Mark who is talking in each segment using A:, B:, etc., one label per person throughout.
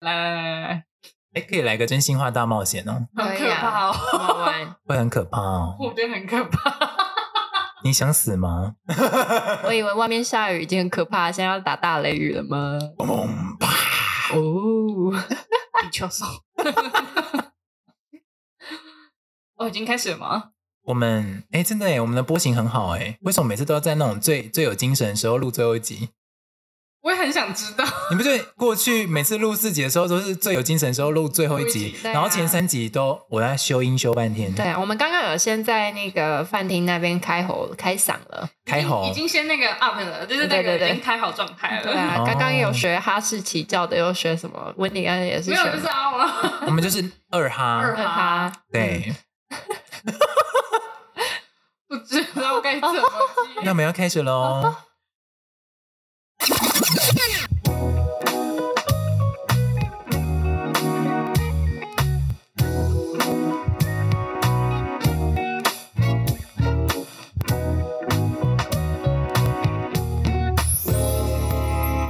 A: 来来来来，
B: 哎，可以来个真心话大冒险哦，
A: 很
C: 可以
A: 可
C: 啊
A: 怕哦，
C: 好玩。
B: 会很可怕哦。
A: 我觉得很可怕。
B: 你想死吗？
C: 我以为外面下雨已经很可怕，现在要打大雷雨了吗？
B: 砰啪！
C: 哦，
A: 你秋手，哦，已经开始了吗？
B: 我们哎，真的哎，我们的波形很好哎，为什么每次都要在那种最最有精神的时候录最后一集？
A: 我也很想知道。
B: 你不觉得过去每次录四集的时候都是最有精神的时候录最后一
A: 最后
B: 集
A: 一集，
C: 对啊
B: 然后前三集都我在修音修半天，
C: 对啊，我们刚刚有先在那个饭厅那边开喉开嗓了，
B: 开喉
A: 已经先那个 up 了，就是那
C: 对对
A: 个
C: 对
A: 已经开好状态了。
C: 对啊
B: 哦，
C: 刚刚有学哈士奇叫的，又学什么温迪安也是
A: 没
C: 学
A: 有就是 out 了。
B: 我们就是二哈
A: 二，
C: 对哈，
B: 对。
A: 不知道我该怎么接
B: 那。我们要开始喽。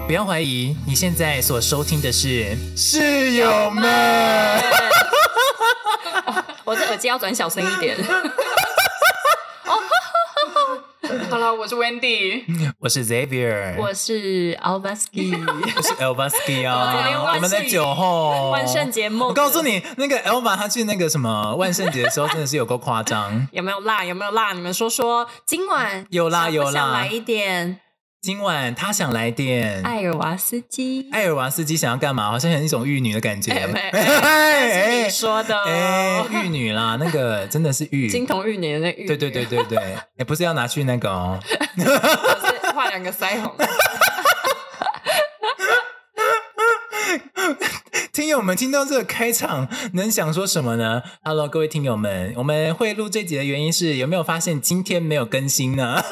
B: 不要怀疑，你现在所收听的是室友们。
C: 我的耳机要转小声一 点。
A: 好了，我是 Wendy，
B: 我是 Xavier，
C: 我是 Alvaski，
B: 我是 Elvaski
A: 我连
B: 啊，
A: 万
B: 我们的
A: 圣
B: 酒后
C: 万圣节梦。。
B: 我告诉你，那个 Elva 他去那个什么万圣节的时候，真的是有够夸张
C: 有没有辣？有没有辣？你们说说，今晚
B: 有辣
C: 想不
B: 有辣
C: 想来一点
B: 今晚他想来点
C: 艾尔瓦斯基。
B: 艾尔瓦斯基想要干嘛？好像很一种玉女的感觉。
C: 哎 没
B: 哎
C: 是你说的哦
B: 哎，玉女啦，那个真的是玉。
C: 金童玉女的那玉，
B: 对对对，对对，也不是要拿去那个哦。
C: 就是画两个腮红。
B: 听友们听到这个开场，能想说什么呢？Hello，各位听友们，我们会录这集的原因是，有没有发现今天没有更新呢？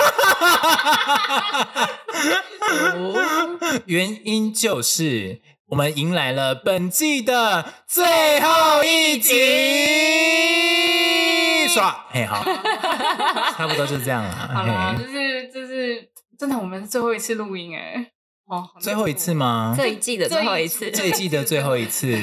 B: 原因就是我们迎来了本季的最后一集，刷，嘿，好，差不多就这样
A: 好了，
B: 了
A: 就。是就是真的，我们最后一次录音哎，哦，好难过
B: 最后一次？吗？
C: 这一季的最后一次，
B: 这一季的啊最后一次，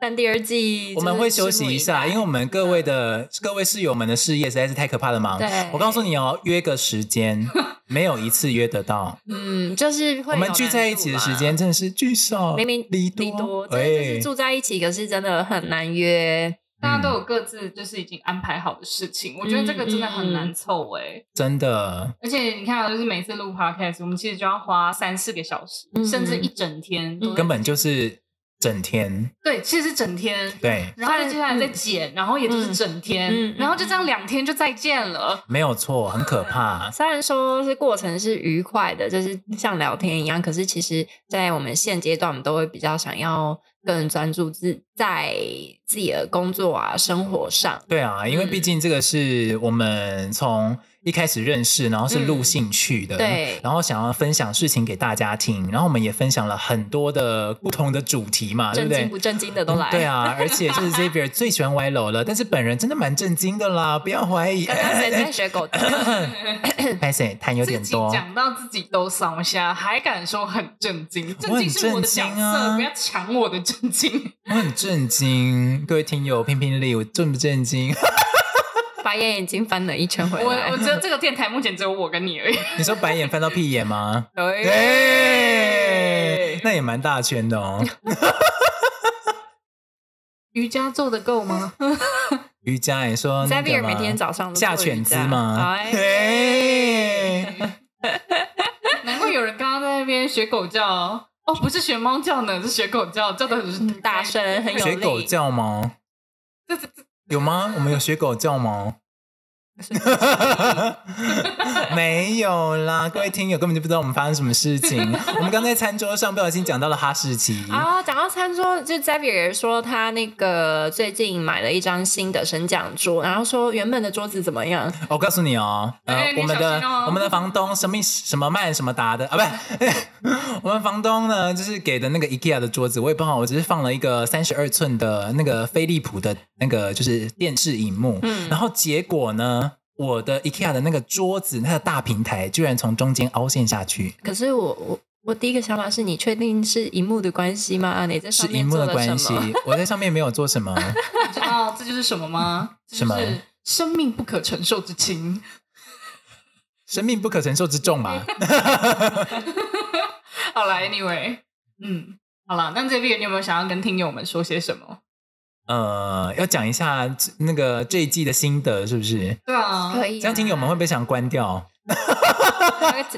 C: 但第二季
B: 我们会休息一下，因为我们各位的各位室友们的事业实在是太可怕了忙。
C: 对
B: 我告诉你哦，约个时 间，没有一次约得到。
C: 嗯，就是会
B: 我们
C: 有
B: 聚
C: 难
B: 在一
C: 度
B: 起的
C: 啦
B: 时间真的是聚少，
C: 明明
B: 离
C: 离多，真的就
B: 哎
C: 是，住在一起，可是真的很难约。
A: 大家都有各自就是已经安排好的事情，我觉得这个真的很难凑哎。
B: 真的，
A: 而且你看啊，就是每次录 podcast，我们其实就要花三四个小时，
C: 嗯
A: 甚至一整天都在，
B: 根本就是整天
A: 对，其实是整天。
B: 对，
A: 然后再接下来再剪，然后也都是整天，
C: 嗯嗯
A: 然后就这样两天就再见了。
B: 没有错，很可怕。
C: 虽然说是过程是愉快的，就是像聊天一样，可是其实，在我们现阶段，我们都会比较想要更专注自在自己的工作啊、生活上。
B: 对啊，因为
C: 嗯
B: 毕竟这个是我们从一开始认识，然后是录兴趣的，
C: 嗯对
B: 然后想要分享事情给大家听，然后我们也分享了很多的不同的主题嘛，啊对
C: 正
B: 不对
C: 经不？正经的都
B: 嗯
C: 来。
B: 对，啊，而且就是 Xavier 最喜欢歪楼了，但是本人真的蛮震惊的啦，不要怀疑。
C: 刚刚谁在学狗叫？
B: 拍谁痰有
A: 自
B: 点
A: 己
B: 多，
A: 讲到自己都烧瞎，还敢说很震惊？震
B: 我很
A: 惊是我的角
B: 震
A: 色，
B: 惊啊
A: 不要抢我的震惊。
B: 我很震惊。各位听友评评理，我震不震 惊？
C: 白眼已经翻了一圈回
A: 我
B: 啊
C: 来
A: 我。觉得这个电台目前只有我跟你 而已。
B: 你说白眼翻到屁眼吗？哎
A: 对，
B: 那也蛮大圈的 哦。
A: 瑜伽做的够吗？
B: 瑜伽，你说那
C: Xavier
B: 个吗
C: 每天早上都做
B: 嗯下
C: 哎
B: 犬子吗？
C: 瑜伽
B: 对，
A: 难怪有人刚刚在那边学狗叫哦，哦不是学猫叫呢，是学狗叫，叫的很
C: 很嗯大声，很有
B: 学
C: 力。
B: 狗叫吗？有吗？我们有学狗叫吗？ 没有啦，各位听友根本就不知道我们发生什么事情。我们刚在餐桌上不小心讲到了哈士奇，
C: 啊，讲到餐桌，就 Xavier 说他那个最近买了一张新的升降桌，然后说原本的桌子怎么样？
B: 我告诉你哦，呃
A: 哎，你
B: 我们的
A: 小心哦
B: 我们的房东什么什么曼什么达的啊，不是， 我们房东呢就是给的那个 IKEA 的桌子，我也不好，我只是放了一个三十二寸的那个飞利浦的那个就是电视荧幕，然后结果呢，我的 IKEA 的那个桌子它的大平台居然从中间凹陷下去，
C: 可是我我我第一个想法是你确定是荧幕的关系吗？啊你在
B: 是
C: 上
B: 荧
C: 面
B: 幕
C: 做
B: 的
C: 了
B: 关
C: 什
B: 系
C: 么？，
B: 我在上面没有做什么。
A: 你知道这就是什么 吗？这
B: 什么
A: 就是生命不可承受之轻。
B: 生命不可承受之重嘛，
A: 好了，anyway，嗯，好了，那这边你有没有想要跟听友们说些什么？
B: 呃，要讲一下这那个这一季的心得是不是？
A: 对啊，
C: 可以、啊，
B: 这样听友们会不会想关掉？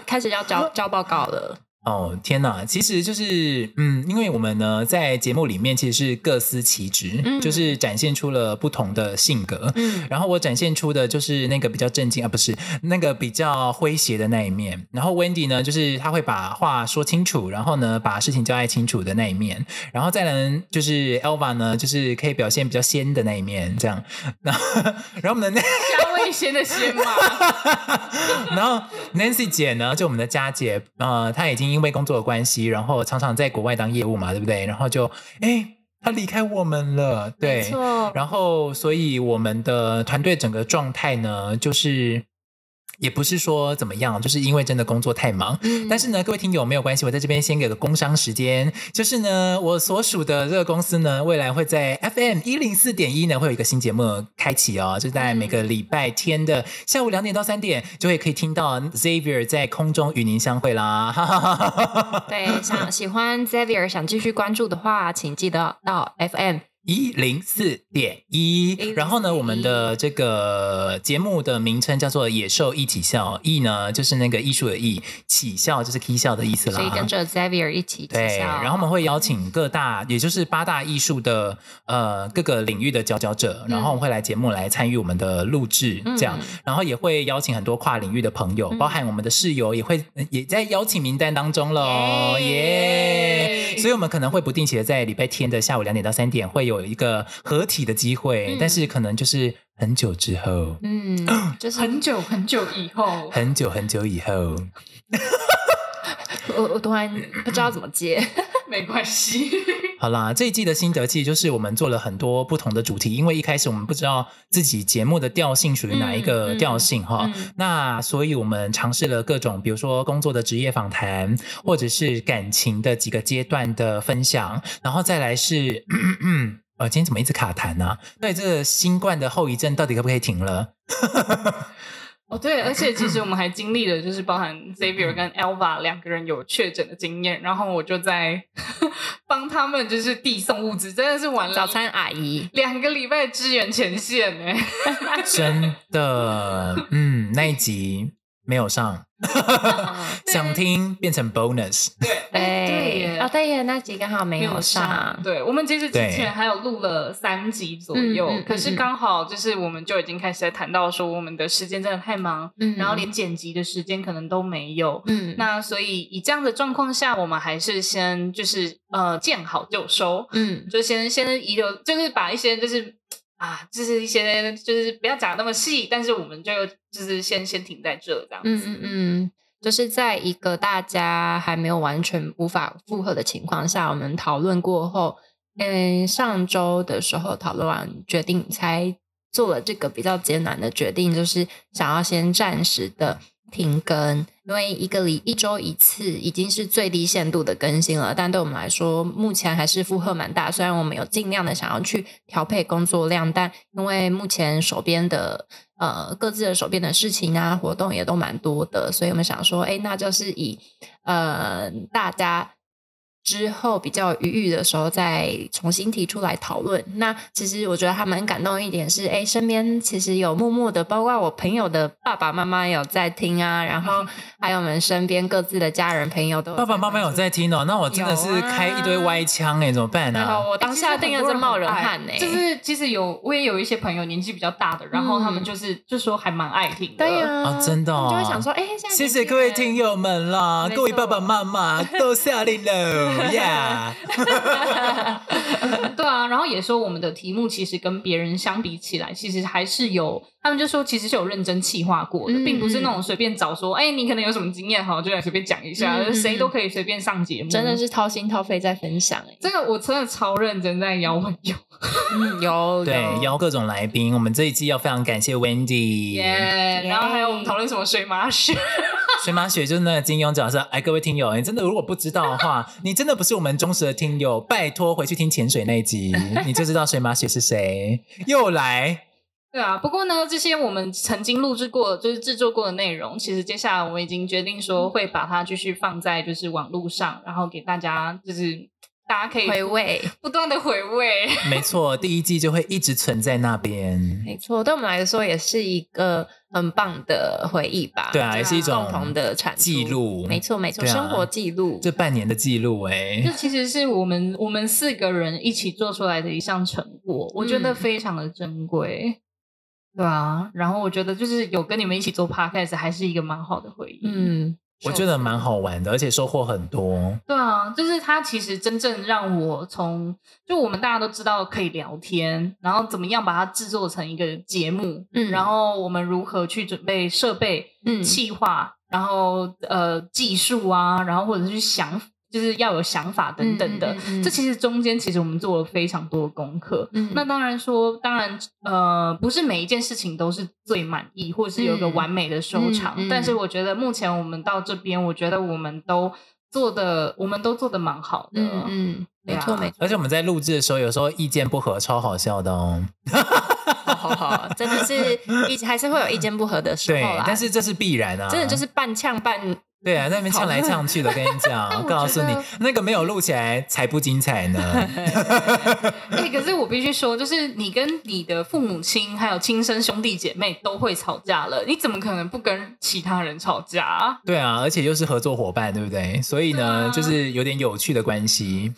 C: 开始要交交报 告了。
B: 哦天哪，其实就是嗯，因为我们呢在节目里面其实是各司其职，
C: 嗯
B: 就是展现出了不同的性格。
C: 嗯，
B: 然后我展现出的就是那个比较正经啊，不是那个比较诙谐的那一面。然后 Wendy 呢，就是他会把话说清楚，然后呢把事情交代清楚的那一面。然后再来就是 Elva 呢，就是可以表现比较仙的那一面，这样。 然后然后我们的
A: 加味先的先 嘛，
B: 然后 Nancy 姐呢，就我们的佳姐，呃，她已经因为工作的关系，然后常常在国外当业务嘛，对不对？然后就哎，她离开我们了，对，
C: 没错，
B: 然后，所以我们的团队整个状态呢，就是也不是说怎么样，就是因为真的工作太忙。
C: 嗯
B: 但是呢，各位听友没有关系，我在这边先给个工商时间，就是呢，我所属的这个公司呢，未来会在 FM 一零四点一呢，会有一个新节目开启哦，就是在每个礼拜天的下午两点到三点，就会可以听到 Xavier 在空中与您相会啦，哈哈哈哈哈哈。
C: 对，想喜欢 Xavier 想继续关注的话，请记得到 FM
B: 一零四点一，然后呢，我们的这个节目的名称叫做《野兽一起笑》，艺呢就是那个艺术的艺，起笑就是 k 笑的意思啦。
C: 所以跟着 Xavier 一起起
B: 对，
C: 笑
B: 然后我们会邀请各大，也就是八大艺术的呃各个领域的佼佼者，然后我们会来节目来参与我们的录制，这样，然后也会邀请很多跨领域的朋友，包含我们的室友也会呃也在邀请名单当中喽，耶！所以我们可能会不定期的在礼拜天的下午两点到三点会有一个合体的机会，但是可能就是很久之后，
C: 嗯，就是
A: 很久很久以后，
B: 很久很久以后。
C: 我我突然不知道怎么接，
A: 没关系，
B: 好啦，这一季的心得其实就是我们做了很多不同的主题，因为一开始我们不知道自己节目的调性属于哪一个调性哈、
C: 嗯
B: 那所以我们尝试了各种，比如说工作的职业访谈，或者是感情的几个阶段的分享，然后再来是。呃，今天怎么一直卡痰呢、啊？对，这个新冠的后遗症到底可不可以停了？
A: 哦，对，而且其实我们还经历了，就是包含 Xavier 跟 Elva 两个人有确诊的经验，然后我就在 帮他们就是递送物资，真的是玩了
C: 早餐阿姨，
A: 两个礼拜支援前线欸呢、
B: 真的，嗯，那一集没有上，
A: 嗯
B: 想听变成 bonus。
A: 哎对耶
C: 对，哦对耶，那集刚好没有上，
A: 对，我们其实之
B: 对
A: 前还有录了三集左右，
C: 嗯嗯嗯
A: 可是刚好就是我们就已经开始在谈到说我们的时间真的太忙，
C: 嗯
A: 然后连剪辑的时间可能都没有。
C: 嗯
A: 那所以以这样的状况下，我们还是先就是呃见好就收，
C: 嗯
A: 就先先遗留，就是把一些就是啊，就是一些就是不要讲那么细，但是我们就就是先先停在这这样子。
C: 嗯嗯嗯，就是在一个大家还没有完全无法负荷的情况下，我们讨论过后，嗯，上周的时候讨论完决定，才做了这个比较艰难的决定，就是想要先暂时的停更，因为一个礼一周一次已经是最低限度的更新了，但对我们来说，目前还是负荷蛮大。虽然我们有尽量的想要去调配工作量，但因为目前手边的呃各自的手边的事情啊，活动也都蛮多的，所以我们想说，哎，那就是以呃大家之后比较有余裕的时候再重新提出来讨论。那其实我觉得他们很感动的一点是，哎，身边其实有默默的，包括我朋友的爸爸妈妈有在听啊，然后还有我们身边各自的家人朋友都有
B: 爸爸妈妈有
C: 关注。
B: 在听哦，那我真的是开一堆歪腔哎、怎么办呢、
C: 然啊后我当下定了这冒人汗呢、
A: 就是 其实有我也有一些朋友年纪比较大的，然后他们
C: 嗯
A: 就是、就说还蛮爱听的。
C: 对呀、
B: 啊真的哦
C: 你就会想说，哎、现在
B: 谢谢各位
C: 年轻人
B: 听友们啦，各
C: 没错
B: 位爸爸妈 妈都下令了呀！
A: 对啊，然后也说我们的题目其实跟别人相比起来，其实还是有，他们就说其实是有认真企划过的，
C: 嗯
A: 并不是那种随便找说，哎、你可能有什么经验，好就来随便讲一下，
C: 嗯嗯
A: 谁都可以随便上节目，
C: 真的。是掏心掏肺在分享、哎，
A: 这个我真的超认真在邀朋 友，
C: 嗯，有
B: 对，邀各种来宾，我们这一季要非常感谢 Wendy。
A: 耶！然后还有我们讨论什么水马雪，
B: 学马雪就是那个金庸角色。哎，各位听友，你真的如果不知道的话，你真的不是我们忠实的听友，拜托回去听潜水那一 集，你就知道水马雪是谁。又来，
A: 对啊，不过呢，这些我们曾经录制过，就是制作过的内容，其实接下来我们已经决定
C: 嗯
A: 说会把它继续放在就是网络上，然后给大家就是大家可以
C: 回哎味。
A: 不断的回味。
B: 没错，第一季就会一直存在那 边。
C: 没错，对我们来说也是一个很棒的回忆吧。
B: 对啊，
A: 对啊
B: 也是一种
C: 共同的产出
B: 记录。
C: 没错没错，
B: 对啊
C: 生活记录。
B: 这半年的记录 哎、
A: 这其实是我们我们四个人一起做出来的一项成果，我觉得
C: 嗯
A: 非常的珍贵。对啊，然后我觉得就是有跟你们一起做 podcast，还是一个蛮好的回忆。，
C: 嗯，
B: 我觉得蛮好玩的，而且收获很多。
A: 对啊，就是它其实真正让我从就我们大家都知道可以聊天，然后怎么样把它制作成一个节目，
C: 嗯
A: 然后我们如何去准备设备，
C: 嗯
A: 企划，然后呃技术啊，然后或者是去想，就是要有想法等等的。
C: 嗯嗯嗯嗯
A: 这其实中间其实我们做了非常多的功课。
C: 嗯
A: 那当然说，当然呃，不是每一件事情都是最满意，或是有一个
C: 嗯
A: 完美的收场。
C: 嗯嗯
A: 但是我觉得目前我们到这边，我觉得我们都做的，我们都做的蛮好的。
C: 嗯嗯，没
A: 对
C: 错
A: 啊
C: 没错，
B: 而且我们在录制的时候，有时候意见不合，超好笑的哦。
C: 好好好，真的是一还是会有意见不合的时
B: 对
C: 候啦，。
B: 但是这是必然啊，
C: 真的就是半呛半
B: 对啊，在那边唱来唱去的，跟你
A: 但
B: 讲，
A: 我
B: 告诉你
A: 觉得，
B: 那个没有录起来才不精彩 呢。
A: 哎、可是我必须说，就是你跟你的父母亲还有亲生兄弟姐妹都会吵架了，你怎么可能不跟其他人吵架啊？
B: 对啊，而且又是合作伙伴，对不对？所以呢，
A: 对啊
B: 就是有点有趣的关系。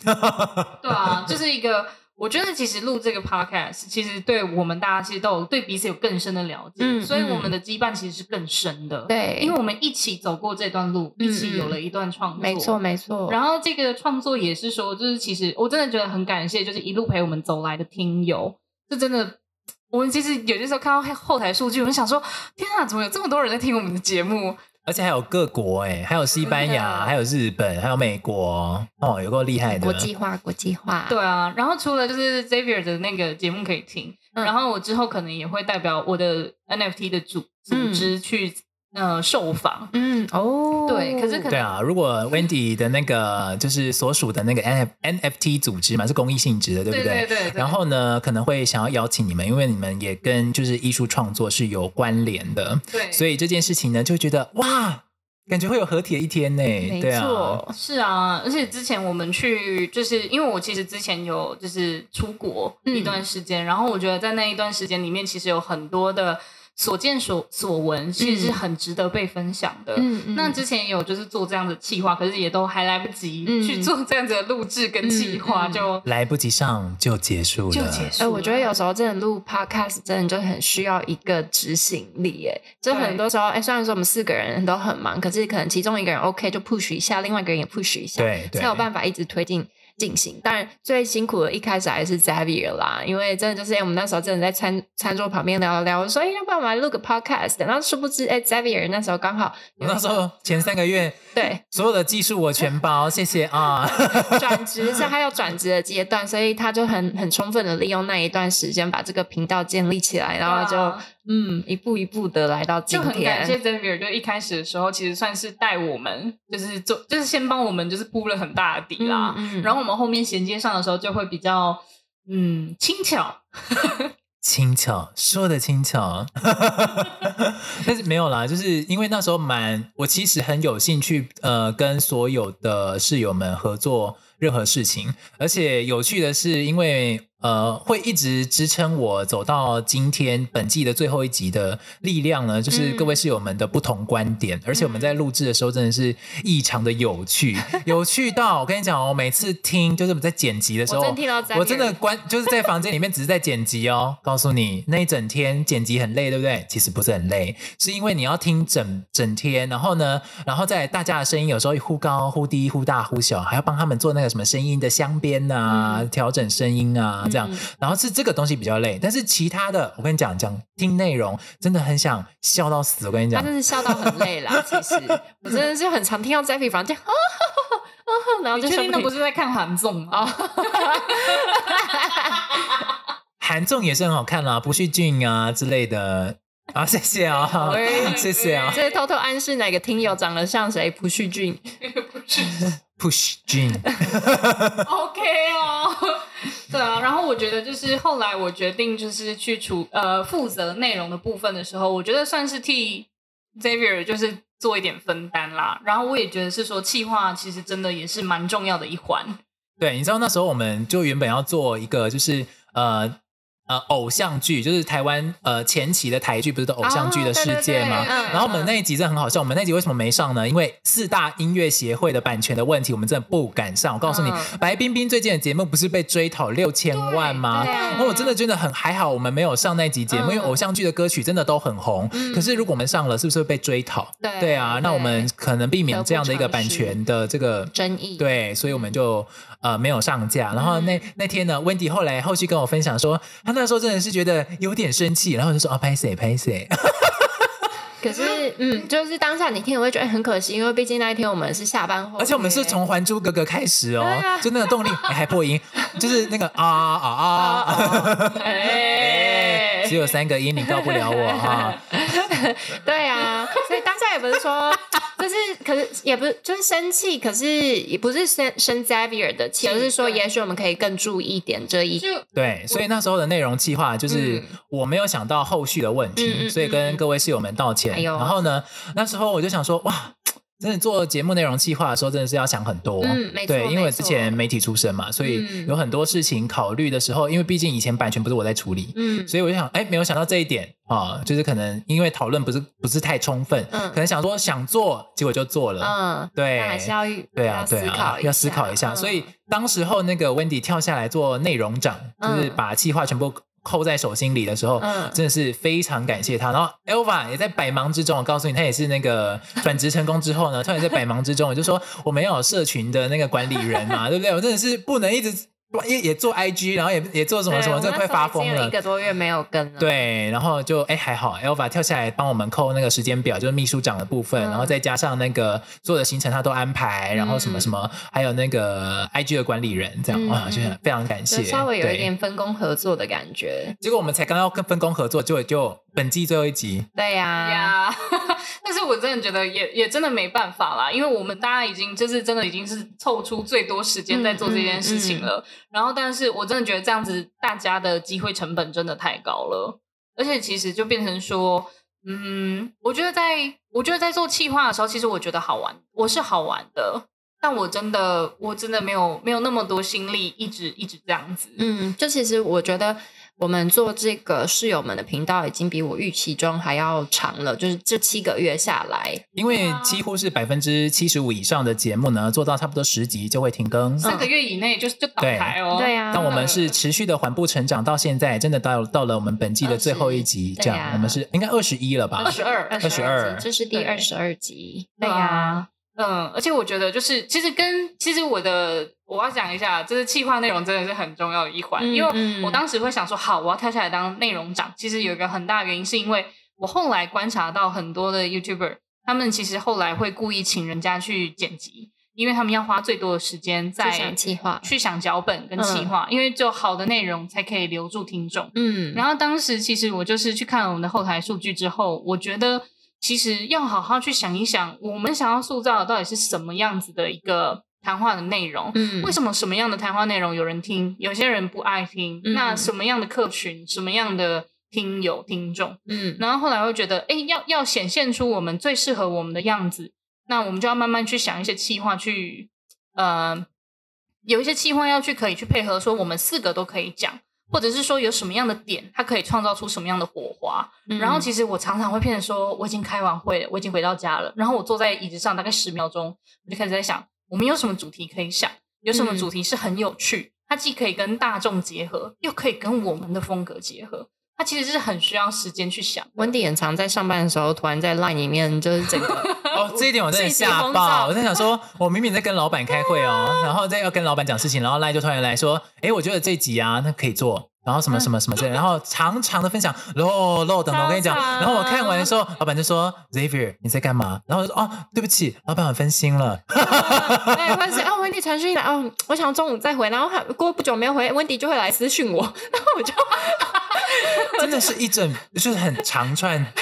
A: 对啊，就是一个，我觉得其实录这个 podcast，其实对我们大家其实都有对彼此有更深的了解，
C: 嗯
A: 所以
C: 嗯
A: 我们的羁绊其实是更深的。，
C: 对，
A: 因为我们一起走过这段路，
C: 嗯
A: 一起有了一段创作，
C: 没错。没错，
A: 然后这个创作也是说，就是其实我真的觉得很感谢，就是一路陪我们走来的听友，这真的。我们其实有些时候看到后台数据，我们想说：天啊，怎么有这么多人在听我们的节目？
B: 而且还有各国哎、还有西班
C: 真
B: 牙，
C: 的
B: 还有日本，还有美国哦，有够厉害的。
C: 国际化国际化，
A: 对啊，然后除了就是 Xavier 的那个节目可以听，
C: 嗯
A: 然后我之后可能也会代表我的 NFT 的组组织去、呃受访。
C: 嗯哦，
A: 对可是 可
B: 对啊，如果 Wendy 的那个就是所属的那个 N NFT 组织嘛，是公益性质的，对不
A: 对对对
B: 然后呢，可能会想要邀请你们，因为你们也跟就是艺术创作是有关联的，
A: 对，
B: 所
A: 以
B: 以这件事情呢，就会觉得哇，感觉会有合体的一天呢。
C: 没
B: 对啊，
C: 错，
A: 是啊，而且之前我们去，就是因为我其实之前有就是出国
C: 嗯
A: 一段时间，然后我觉得在那一段时间里面，其实有很多的所见所所闻，其实是很值得被分享的。
C: 嗯嗯，
A: 那之前也有就是做这样的企划，可是也都还来不及
C: 嗯
A: 去做这样子的录制跟企划，
C: 嗯嗯
A: 就
B: 来不及上就结束了，
A: 就结束
C: 哎、
A: 了。
C: 我觉得有时候真的录 podcast 真的就很需要一个执行力，哎，就
A: 对
C: 很多时候，哎、虽然说我们四个人都很忙，可是可能其中一个人 OK 就 push 一下，另外一个人也 push 一下，
B: 对对
C: 才有办法一直推进进行。当然，最辛苦的一开始还是 Xavier 啦，因为真的就是，哎、我们那时候真的在餐餐桌旁边聊聊，我说，哎、要不然我们来录个 podcast，然后殊不知，哎、x a v i e r 那时候刚好
B: 我那时候前三个月
C: 对
B: 所有的技术我全包，谢谢啊。
C: 转职是还有转职的阶段，所以他就很很充分的利用那一段时间把这个频道建立起来，然后就、
A: 对啊
C: 嗯一步一步的来到今
A: 就很感谢
C: 天。
A: Xavier，就一开始的时候，其实算是带我们，就是做，就是先帮我们就是铺了很大的底啦。
C: 嗯嗯
A: 然后我们后面衔接上的时候，就会比较嗯轻巧。
B: 轻巧，说的轻巧， 但是没有啦，就是因为那时候蛮，我其实很有兴趣，呃，跟所有的室友们合作任何事情，而且有趣的是，因为呃，会一直支撑我走到今天本季的最后一集的力量呢，就是
C: 嗯
B: 各位室友们的不同观点，而且我们在录制的时候真的 是异常的有趣，有趣到我跟你讲哦，每次听就是我们在剪辑的时候，
C: 我真听到 Xavier
B: 我真的 关就是在房间里面只是在剪辑哦，告诉你那一整天剪辑很累，对不对？其实不是很累，是因为你要听整整天，然后呢，然后再来大家的声音有时候忽高忽低、忽大忽小，还要帮他们做那个什么声音的镶边啊、
C: 嗯
B: 调整声音啊这样，然后是这个东西比较累，但是其他的我跟你讲，讲听内容真的很想笑到死，我跟你
C: 他
B: 讲
C: 真。是笑到很 累啦，其实我真的是很常听到 Zappy 房间， 哦，然后
A: 你
C: 就
A: 确
C: 说
A: 定那不
C: 是
A: 是在看韩综啊吗？
C: 哦，
B: 韩综也是很好看啦、朴叙俊啊之类的，啊，谢谢 啊，
A: 哎
C: 喂
B: 谢谢啊
C: 这偷偷暗示哪个听友长得像谁？朴叙俊，
A: 哎
B: ，Push Jean，
A: OK 哦， 对啊，然后我觉得就是后来我决定就是去处呃负责内容的部分的时候，我觉得算是替 Xavier 就是做一点分担啦。然后我也觉得是说，企划其实真的也是蛮重要的一环。
B: 对，你知道那时候我们就原本要做一个就是呃。呃，偶像剧就是台湾呃前期的台剧，不是都偶像
C: 哦
B: 剧的世界吗？
A: 啊对对对嗯
B: 然后我们那一集真的很好笑，我们那集为什么没上呢？因为四大音乐协会的版权的问题，我们真的不敢上。我告诉你，
C: 嗯
B: 白冰冰最近的节目不是被追讨六千万吗？
C: 对啊
B: 然后我真的觉得很还好，我们没有上那集节目，
C: 嗯
B: 因为偶像剧的歌曲真的都很红。可是如果我们上了，是不是会被追讨？
C: 对
B: 对啊，那我们可能避免这样的一个
C: 得不偿
B: 版
C: 失
B: 权的这个
C: 嗯争议，嗯
B: 对，所以我们就呃没有上架。然后那那天呢，温迪后来后续跟我分享说，她那时候真的是觉得有点生气，然后就说啊拍谁拍谁，
C: 可是，嗯，就是当下你听，我会觉得哎很可惜，因为毕竟那一天我们是下班后，
B: 而且我们是从《还珠格格》开始哦，
C: 对啊
B: 就那个 动力、哎还破音，就是那个啊啊
C: 哦
B: 啊。
C: 哦
A: 哎、
B: 只有三个音，你告不了我 啊！
C: 对啊，所以当下也不是说，就是可是也不是就是生气，可是也不是生生 Xavier 的气，而是说也许我们可以更注意一点这一
A: 就
B: 对，所以那时候的内容计划就是
C: 嗯
B: 我没有想到后续的问题，
C: 嗯嗯嗯
B: 所以跟各位室友们道歉。
C: 哎呦
B: 然后呢，那时候我就想说，哇，真的做节目内容计划的时候，真的是要想很多。
C: 嗯没错
B: 对，因为我
C: 没
B: 之
C: 错
B: 前媒体出身嘛，所以
C: 嗯
B: 有很多事情考虑的时候，因为毕竟以前版权不是我在处理，
C: 嗯
B: 所以我就想，哎，没有想到这一点啊，就是可能因为讨论不是不是太充分，
C: 嗯
B: 可能想说想做，结果就做了。
C: 嗯，
B: 对，
C: 那还是要
B: 对啊，
C: 思
B: 对啊
C: 考，
B: 要思考一下。
C: 嗯
B: 所以当时候那个温迪跳下来做内容长，
C: 嗯
B: 就是把计划全部扣在手心里的时候，
C: 嗯
B: 真的是非常感谢他。然后 Elva 也在百忙之中，我告诉你，他也是那个转职成功之后呢，突然在百忙之中，我就说我们要有社群的那个管理人嘛，对不对？我真的是不能一直也也做 IG，然后也也做什么什么，
C: 对
B: 这
C: 我
B: 快
C: 那时候
B: 发
C: 已经
B: 疯
C: 有
B: 了
C: 一。个多月没有跟了，
B: 对，然后就哎还好，Elva 跳下来帮我们扣那个时间表，就是秘书长的部分，
C: 嗯
B: 然后再加上那个所有的行程他都安排，然后什么什么，还有那个 IG 的管理人，这样
C: 嗯
B: 哇，就很非常感谢，
C: 就稍微有
B: 对
C: 一点。分工合作的感觉，
B: 结果我们才刚要跟分工合作，结果就本季最后一集，
C: 对呀，
A: 呀， 但是我真的觉得也也真的没办法啦，因为我们大家已经就是真的已经是凑出最多时
C: 嗯
A: 间在做这件事情了。然后，但是我真的觉得这样子大家的机会成本真的太高了，而且其实就变成说，嗯，我觉得在我觉得在做企划的时候，其实我觉得好玩，我是好玩的。但我真的，我真的没有没有那么多心力，一直一直这样子。
C: 嗯，就其实我觉得我们做这个室友们的频道已经比我预期中还要长了，就是这七个月下来，
B: 因为几乎是百分之七十五以上的节目呢，做到差不多十集就会停更。
A: 三个月以内就就倒
B: 对
A: 台哦。
C: 对啊
B: 但我们是持续的缓步成长，到现在真的到到了我们本季的最后一集，
C: 20
B: 这样、
C: 对啊
B: 我们是应该二十一了吧？
A: 二
B: 22
C: 集这是第
A: 对
C: 二十二集，
A: 对
C: 对呀、
A: 啊，嗯，而且我觉得就是，其实跟其实我的我要讲一下，就是企划内容真的是很重要的一环，
C: 嗯
A: 因为
C: 嗯
A: 我当时会想说，好，我要跳下来当内容长，其实有一个很大原因是因为我后来观察到很多的 YouTuber，他们其实后来会故意请人家去剪辑，因为他们要花最多的时间在
C: 在想嗯计划，
A: 去想脚本跟企划，因为只有好的内容才可以留住听众。
C: 嗯，
A: 然后当时其实我就是去看了我们的后台数据之后，我觉得其实要好好去想一想，我们想要塑造的到底是什么样子的一个谈话的内容。
C: 嗯
A: 为什么什么样的谈话内容有人听，有些人不爱听？
C: 嗯
A: 那什么样的客群，什么样的听友听众？
C: 嗯
A: 然后后来会觉得，哎，要要显现出我们最适合我们的样子，那我们就要慢慢去想一些计划去，呃，有一些计划要去可以去配合，说我们四个都可以讲，或者是说有什么样的点，它可以创造出什么样的火花。
C: 嗯
A: 然后其实我常常会变成说，我已经开完会了，我已经回到家了，然后我坐在椅子上大概十秒钟，我就开始在想，我们有什么主题可以想，有什么
C: 嗯
A: 主题是很有趣，它既可以跟大众结合，又可以跟我们的风格结合。它其实是很需要时间去想的，
C: 温迪很常在上班的时候，突然在 LINE 里面就是整 个
B: 哦，这一点我真的
C: 信息
B: 吓
C: 轰
B: 爆！
C: 炸
B: 我在想说，我明明在跟老板开会哦，然后再要跟老板讲事情，然后赖就突然来说，哎，我觉得这集啊，那可以做，然后什么什么什么之类，然后长长的分享，漏漏等等，我跟你讲，
A: 超长
B: 然后我看完的时候，老板就说，Xavier 你在干嘛？然后我就说，哦，对不起，老板我分心了，
C: 对，或者是哦，温迪传讯来哦，我想中午再回，然后还过不久没有回，温迪就会来私讯我，然后我就
B: 真的是一整就是很长串，
A: 哎、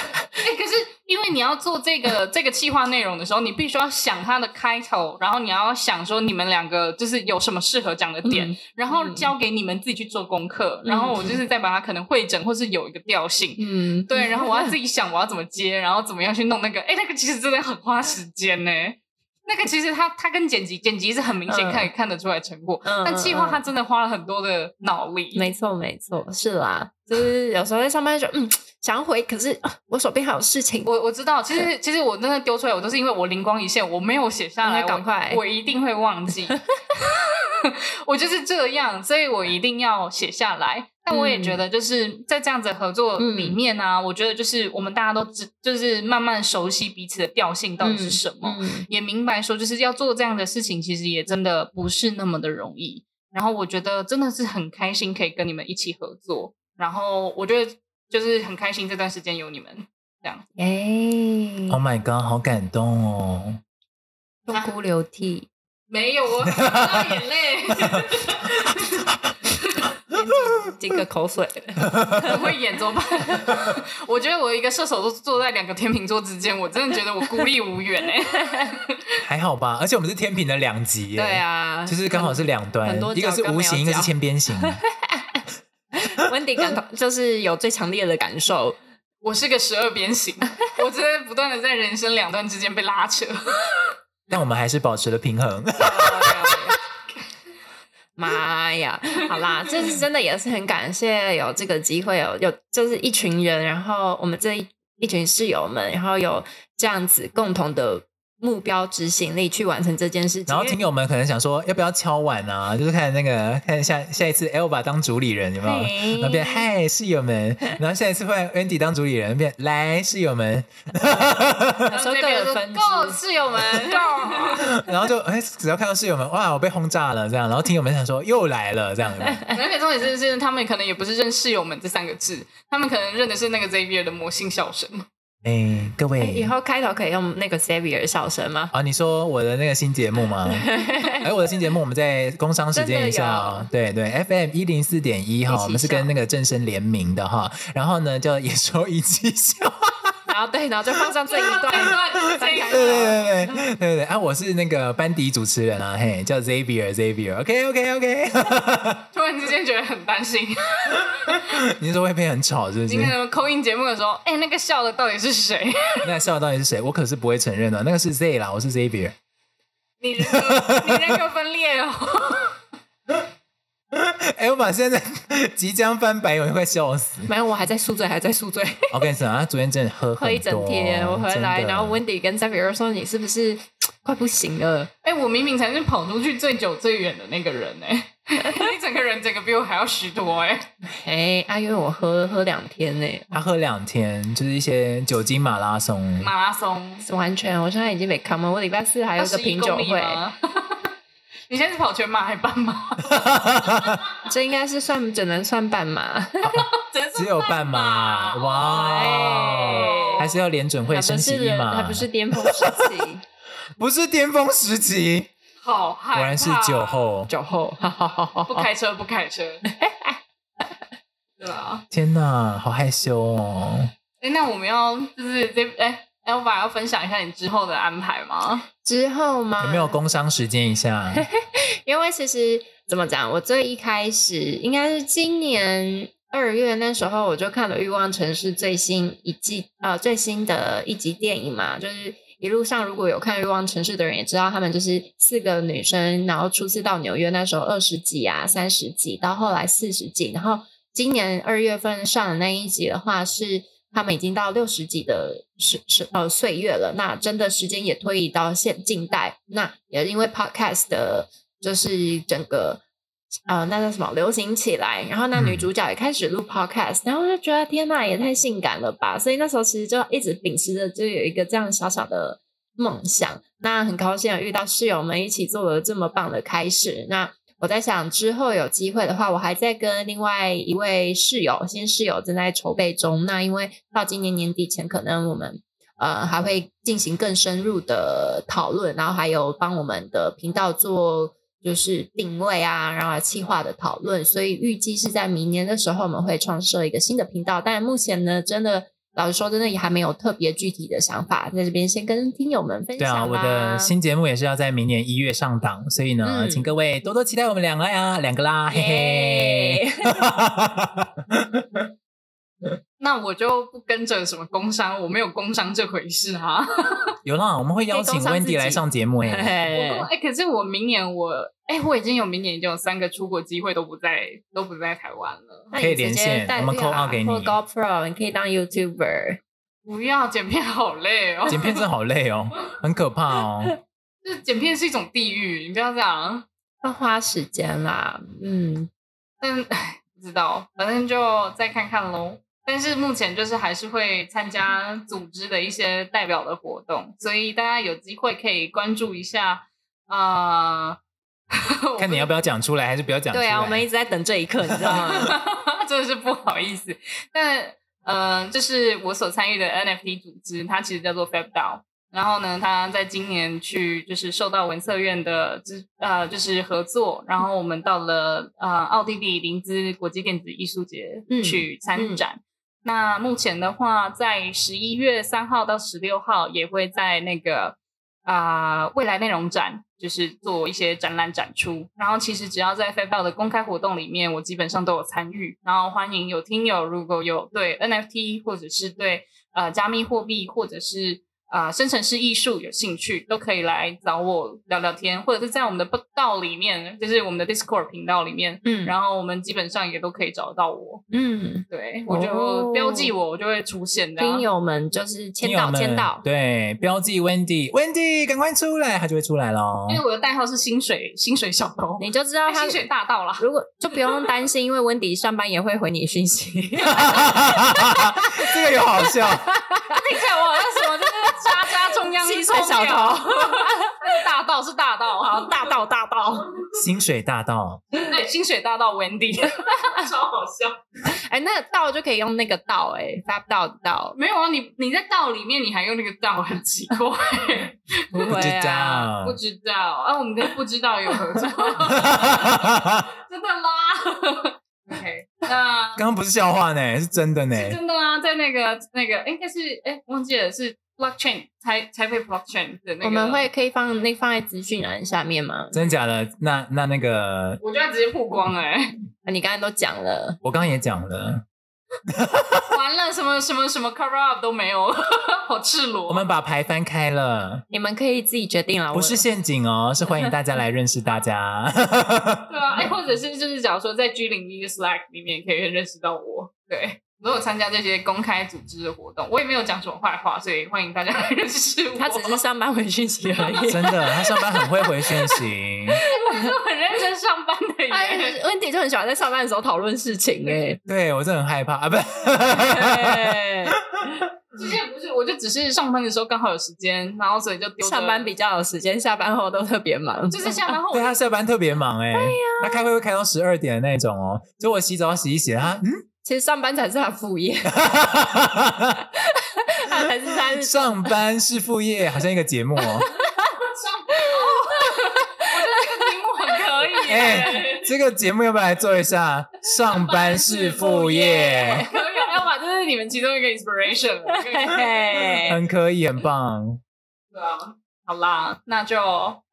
A: 可是因为你要做这个这个企划内容的时候，你必须要想它的开头，然后你要想说你们两个就是有什么适合讲的点，
C: 嗯
A: 然后交给你们自己去做功课，
C: 嗯
A: 然后我就是再把它可能会诊或是有一个调性。
C: 嗯，
A: 对，然后我要自己想我要怎么接，然后怎么样去弄那个。哎，那个其实真的很花时间呢。那个其实它它跟剪辑剪辑是很明显
C: 嗯
A: 看、看得出来成果，
C: 嗯
A: 但计划
C: 嗯
A: 它真的花了很多的脑力。
C: 没错，没错，是啦，就是有时候在上班就嗯想要回，可是、啊我手边还有事情，
A: 我我知道，其实其实我真的丢出来，我都是因为我灵光一现，我没有写下来，
C: 你要赶快
A: 我，我一定会忘记。 我就是这样，所以我一定要写下来。但我
C: 嗯
A: 也觉得，就是在这样子的合作里面呢、我觉得就是我们大家都知，就是慢慢熟悉彼此的调性到底是什么，
C: 嗯
A: 也明白说就是要做这样的事情，其实也真的不是那么的容易。然后我觉得真的是很开心可以跟你们一起合作，然后我觉得就是很开心这段时间有你们。
C: 哎、嗯
B: ，Oh my god，好感动哦！
C: 痛哭流涕，
A: 没有我很大眼泪，
C: 这个口水了，
A: 很会演怎么 办？我觉得我一个射手座坐在两个天秤座之间，我真的觉得我孤立无援哎、
B: 还好吧，而且我们是天平的两极耶，
C: 对，啊，
B: 就是刚好是两端
C: 很多，
B: 一个是
C: 角跟
B: 无
C: 没有
B: 形，一个是
C: 角
B: 千边 形。
C: 温迪感同，就是有最强烈的感受，
A: 我是个十二边 形，我真的不断的在人生两端之间被拉扯。
B: 但我们还是保持了平 衡。
C: 妈呀，好啦，这是真的也是很感谢有这个机会，有有就是一群人，然后我们这一一群室友们，然后有这样子共同的目标执行力去完成这件事情。
B: 然后
C: 因为
B: 听友们可能想说，要不要敲碗啊？就是看那个看下下一次 Elva 当主理人有没
C: 嘿
B: 有？那边嗨室友 们，然后下一次换 Andy 当主理人，变来室友 们，
C: 有时候各
A: 边
C: 有
A: 说
C: 分支，
A: 够室友们够，
B: 然后就哎，只要看到室友们，哇，我被轰炸了这样。然后听友们想说，又来了 这样。有没有
A: 而且重点是是他们可能也不是认室友们这三个字，他们可能认的是那个 Xavier 的魔性笑声。
B: 哎，各
C: 以
B: 位
C: 后开头可以用那个 Xavier 笑 声吗？
B: 啊，你说我的那个新节目吗？哎，我的新节目，我们在工商时间一下哦。对对，FM 一零四点一
C: 一起
B: 哈，我们是
C: 笑
B: 跟那个正声联名的哈。然后呢，叫野兽一起笑。
C: 然后对，然后就放上这一段。
A: 这一
B: 对对对
A: 段
B: 啊对对对对啊！我是那个班底主持人啊，嘿，叫 Xavier Xavier，OK OK OK，
A: 突然之间觉得很担心。
B: 你是说会变很吵是不是
A: 今？天口音节目的时候，哎、那个笑的到底是谁？
B: 那笑的到底是谁？我可是不会承认的，那个是 Z 啦，我是 Xavier。
A: 你人格你人格分裂哦。
B: 哎，我马现在即将翻白眼，我快笑死！
C: 没有，我还在宿醉，还在宿醉，
B: 我跟你讲，他昨天真的喝很多
C: 喝一整天。我回来，
B: 真的
C: 然后 Wendy 跟 Xavier 说：“你是不是快不行了
A: 哎、我明明才是跑出去最久最远的那个人呢、 你整个人整个比我还要许多哎、？”
C: 哎，啊，因为我喝喝两天呢、
B: 他喝两天，就是一些酒精马拉松。
A: 马拉松
C: 完全，我现在已经没 come 了。我礼拜四还有一个品酒
A: 21公里
C: 会，
A: 吗 你现在是跑全马还半马？
C: 这应该是算只能算半马，
B: 只有半马，哇！
A: 哎
B: 还是要联准会
C: 还不
B: 升
C: 是
B: 息一
C: 人
B: 码，
C: 还不是巅峰时 期，
B: 不是巅峰时期，
A: 好害怕！
B: 果然是酒，后。
C: 酒后，哈哈哈哈
A: 不
C: 哈。
A: 开车不开 车。对啊，
B: 天呐，好害羞哦！
A: 哎、那我们要就是这哎、Elva 要分享一下你之后的安排吗？
C: 之后吗？
B: 有没有工商时间一 下？
C: 因为其实怎么讲，我最一开始应该是今年二月那时候，我就看了《欲望城市》最新一季，呃，最新的一集电影嘛，就是一路上如果有看《欲望城市》的人也知道，她们就是四个女生，然后初次到纽约那时候二十几啊、三十几，到后来四十几，然后今年二月份上的那一集的话是。她们已经到六十几的时时呃岁月了，那真的时间也推移到现近代，那也因为 podcast 的就是整个呃那叫什么流行起来，然后那
B: 嗯
C: 女主角也开始录 podcast，、然后我就觉得天呐，也太性感了吧！所以那时候其实就一直秉持着就有一个这样小小的梦想。那很高兴有遇到室友们一起做了这么棒的开始。那我在想之后有机会的话，我还在跟另外一位室友新室友正在筹备中。那因为到今年年底前，可能我们呃还会进行更深入的讨论，然后还有帮我们的频道做就是定位啊，然后企划的讨论，所以预计是在明年的时候我们会创设一个新的频道，但目前呢，真的老实说，真的也还没有特别具体的想法，在这边先跟听友们分
B: 对啊，
C: 享
B: 我
C: 吧。
B: 的新节目也是要在明年一月上档，所以呢，
C: 嗯
B: 请各位多多期待我们两个呀，两个啦，嘿嘿
C: 耶。
A: 那我就不跟着什么工商，我没有工商这回事啊。
B: 有啦，我们会邀
C: 可
B: 请
C: 以工商自己
B: Wendy 来上节目诶。
A: 哎、可是我明年我哎、我已经有明年已经有三个出国机会都不在都不在台湾了。
C: 那
B: 可以
C: 你直
B: 连
C: 接
B: 线
C: 带
B: 我们
C: 电
B: call out
C: 脑
B: 给
C: 或
B: 你
C: GoPro，你可以当 YouTuber。
A: 不要剪片，好累哦。
B: 剪片真的好累哦，很可怕 哦。
A: 就是剪片是一种地狱，你不要这样。
C: 要花时间啦，嗯，
A: 但唉，不知道，反正就再看看喽。但是目前就是还是会参加组织的一些代表的活动，所以大家有机会可以关注一下。呃，
B: 看你要不要讲出来，还是不要讲出来？
C: 对啊，我们一直在等这一刻，你知道吗？
A: 真的是不好意思。但呃，就是我所参与的 NFT 组织，它其实叫做 FabDAO。然后呢，它在今年去就是受到文策院的支呃就是合作，然后我们到了呃奥地利林兹国际电子艺术节
C: 嗯
A: 去参展。那目前的话，在十一月三号到十六号也会在那个啊、未来内容展，就是做一些展览展出。然后其实只要在 f a b l 的公开活动里面，我基本上都有参与。然后欢迎有听友如果有对 NFT 或者是对呃加密货币或者是啊生成式艺术有兴趣，都可以来找我聊聊天，或者是在我们的报道里面，就是我们的 Discord 频道里面。
C: 嗯，后
A: 然后我们基本上也都可以找得到我，
C: 嗯，
A: 对我
C: 哦
A: 就标记我，我就会出现的啊。
C: 听友们就是签
B: 听友
C: 到
B: 们
C: 签到，
B: 对，标记 Wendy，Wendy，赶快出来，他就会出来咯。
A: 因为我的代号是薪水薪水小偷，
C: 你就知道
A: 哎
C: 他
A: 薪水大盗啦。
C: 如果就不用担心，因为温迪上班也会回你讯息。
B: 这个有好笑，
A: 听起来我好像什么就是渣渣中央
C: 薪水小 偷，
A: 大盗是大盗
C: 好，
A: 啊，
C: 大道大道。
B: 薪水大道，
A: 对，薪水大盗 Wendy，超好笑。
C: 哎，那个道就可以用那个道，哎，发道的道，
A: 没有啊，你你在盗里面你还用那个盗，很奇怪。
C: 不
B: 不
C: 会
B: 知道
C: 啊。
A: 不。知道啊，我们跟不知道有合 作，真的啦。OK，那
B: 刚刚不是笑话呢，是真的呢。
A: 真的啊，在那个那个应该是哎忘记了是 Blockchain 台台北 Blockchain 的那个，
C: 我们会可以放那放在资讯栏下面吗？
B: 真假的？那那那个，
A: 我就要直接曝光哎、
C: 啊你刚才都讲了，
B: 我刚刚也讲了，
A: 完了，什么什么什么 cover up 都没有， 好赤裸。
B: 我们把牌翻开了，
C: 你们可以自己决定了。
B: 不是
C: 我
B: 陷阱哦，是欢迎大家来认识大 家。
A: 对啊，哎、或者是就是假如说在 G 零一的 Slack 里面可以认识到我，对，我有参加这些公开组织的活动，我也没有讲什么坏话，所以欢迎大家来认识我。
C: 他只是上班回讯息而已。
B: 真的，他上班很会回讯息，
A: 很认真上班的
C: 哎
A: 耶，，
C: 温迪就很喜欢在上班的时候讨论事情、欸
B: 对我真的很害怕 啊！不，
C: 哎，
A: 之前不是，我就只是上班的时候刚好有时间，然后所以就丢着
C: 上班比啊较有时间，下班后都特别忙。
A: 就是下班后
B: 对他下班特别忙哎、他开会会开到十二点的那种哦。就我洗澡洗一洗，他
C: 其实上班才是他的 副业，
B: 嗯，
C: 他才是他日常。
B: 上班是副业，好像一个节目哦。
A: 上班， 我觉得这个题目很可以耶。
B: 哎、这个节目要不要来做一下？上班是副业，
A: 可以啊，要把这是你们其中一个 inspiration 了。可以
C: 嘿嘿
B: 很嗯可以，很棒。
A: 对啊，好啦，那就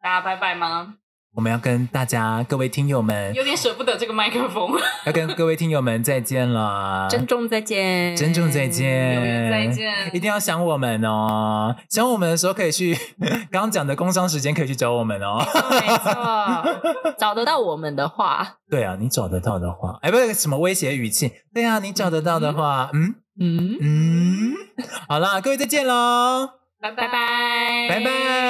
A: 大家拜拜吗？
B: 我们要跟大家各位听友们，
A: 有点舍不得这个麦克风，
B: 要跟各位听友们再见了，
C: 珍重再见，
B: 珍重再见，
A: 永远再 见
B: 一定要想我们哦，想我们的时候可以去 刚刚讲的工商时间可以去找我们哦。
C: 没错，找得到我们的话，
B: 对啊，你找得到的话，哎，不是什么威胁语气，对啊，你找得到的话，嗯
C: 嗯，
B: 嗯，好啦，各位再见喽，
A: 拜
C: 拜拜，
B: 拜拜。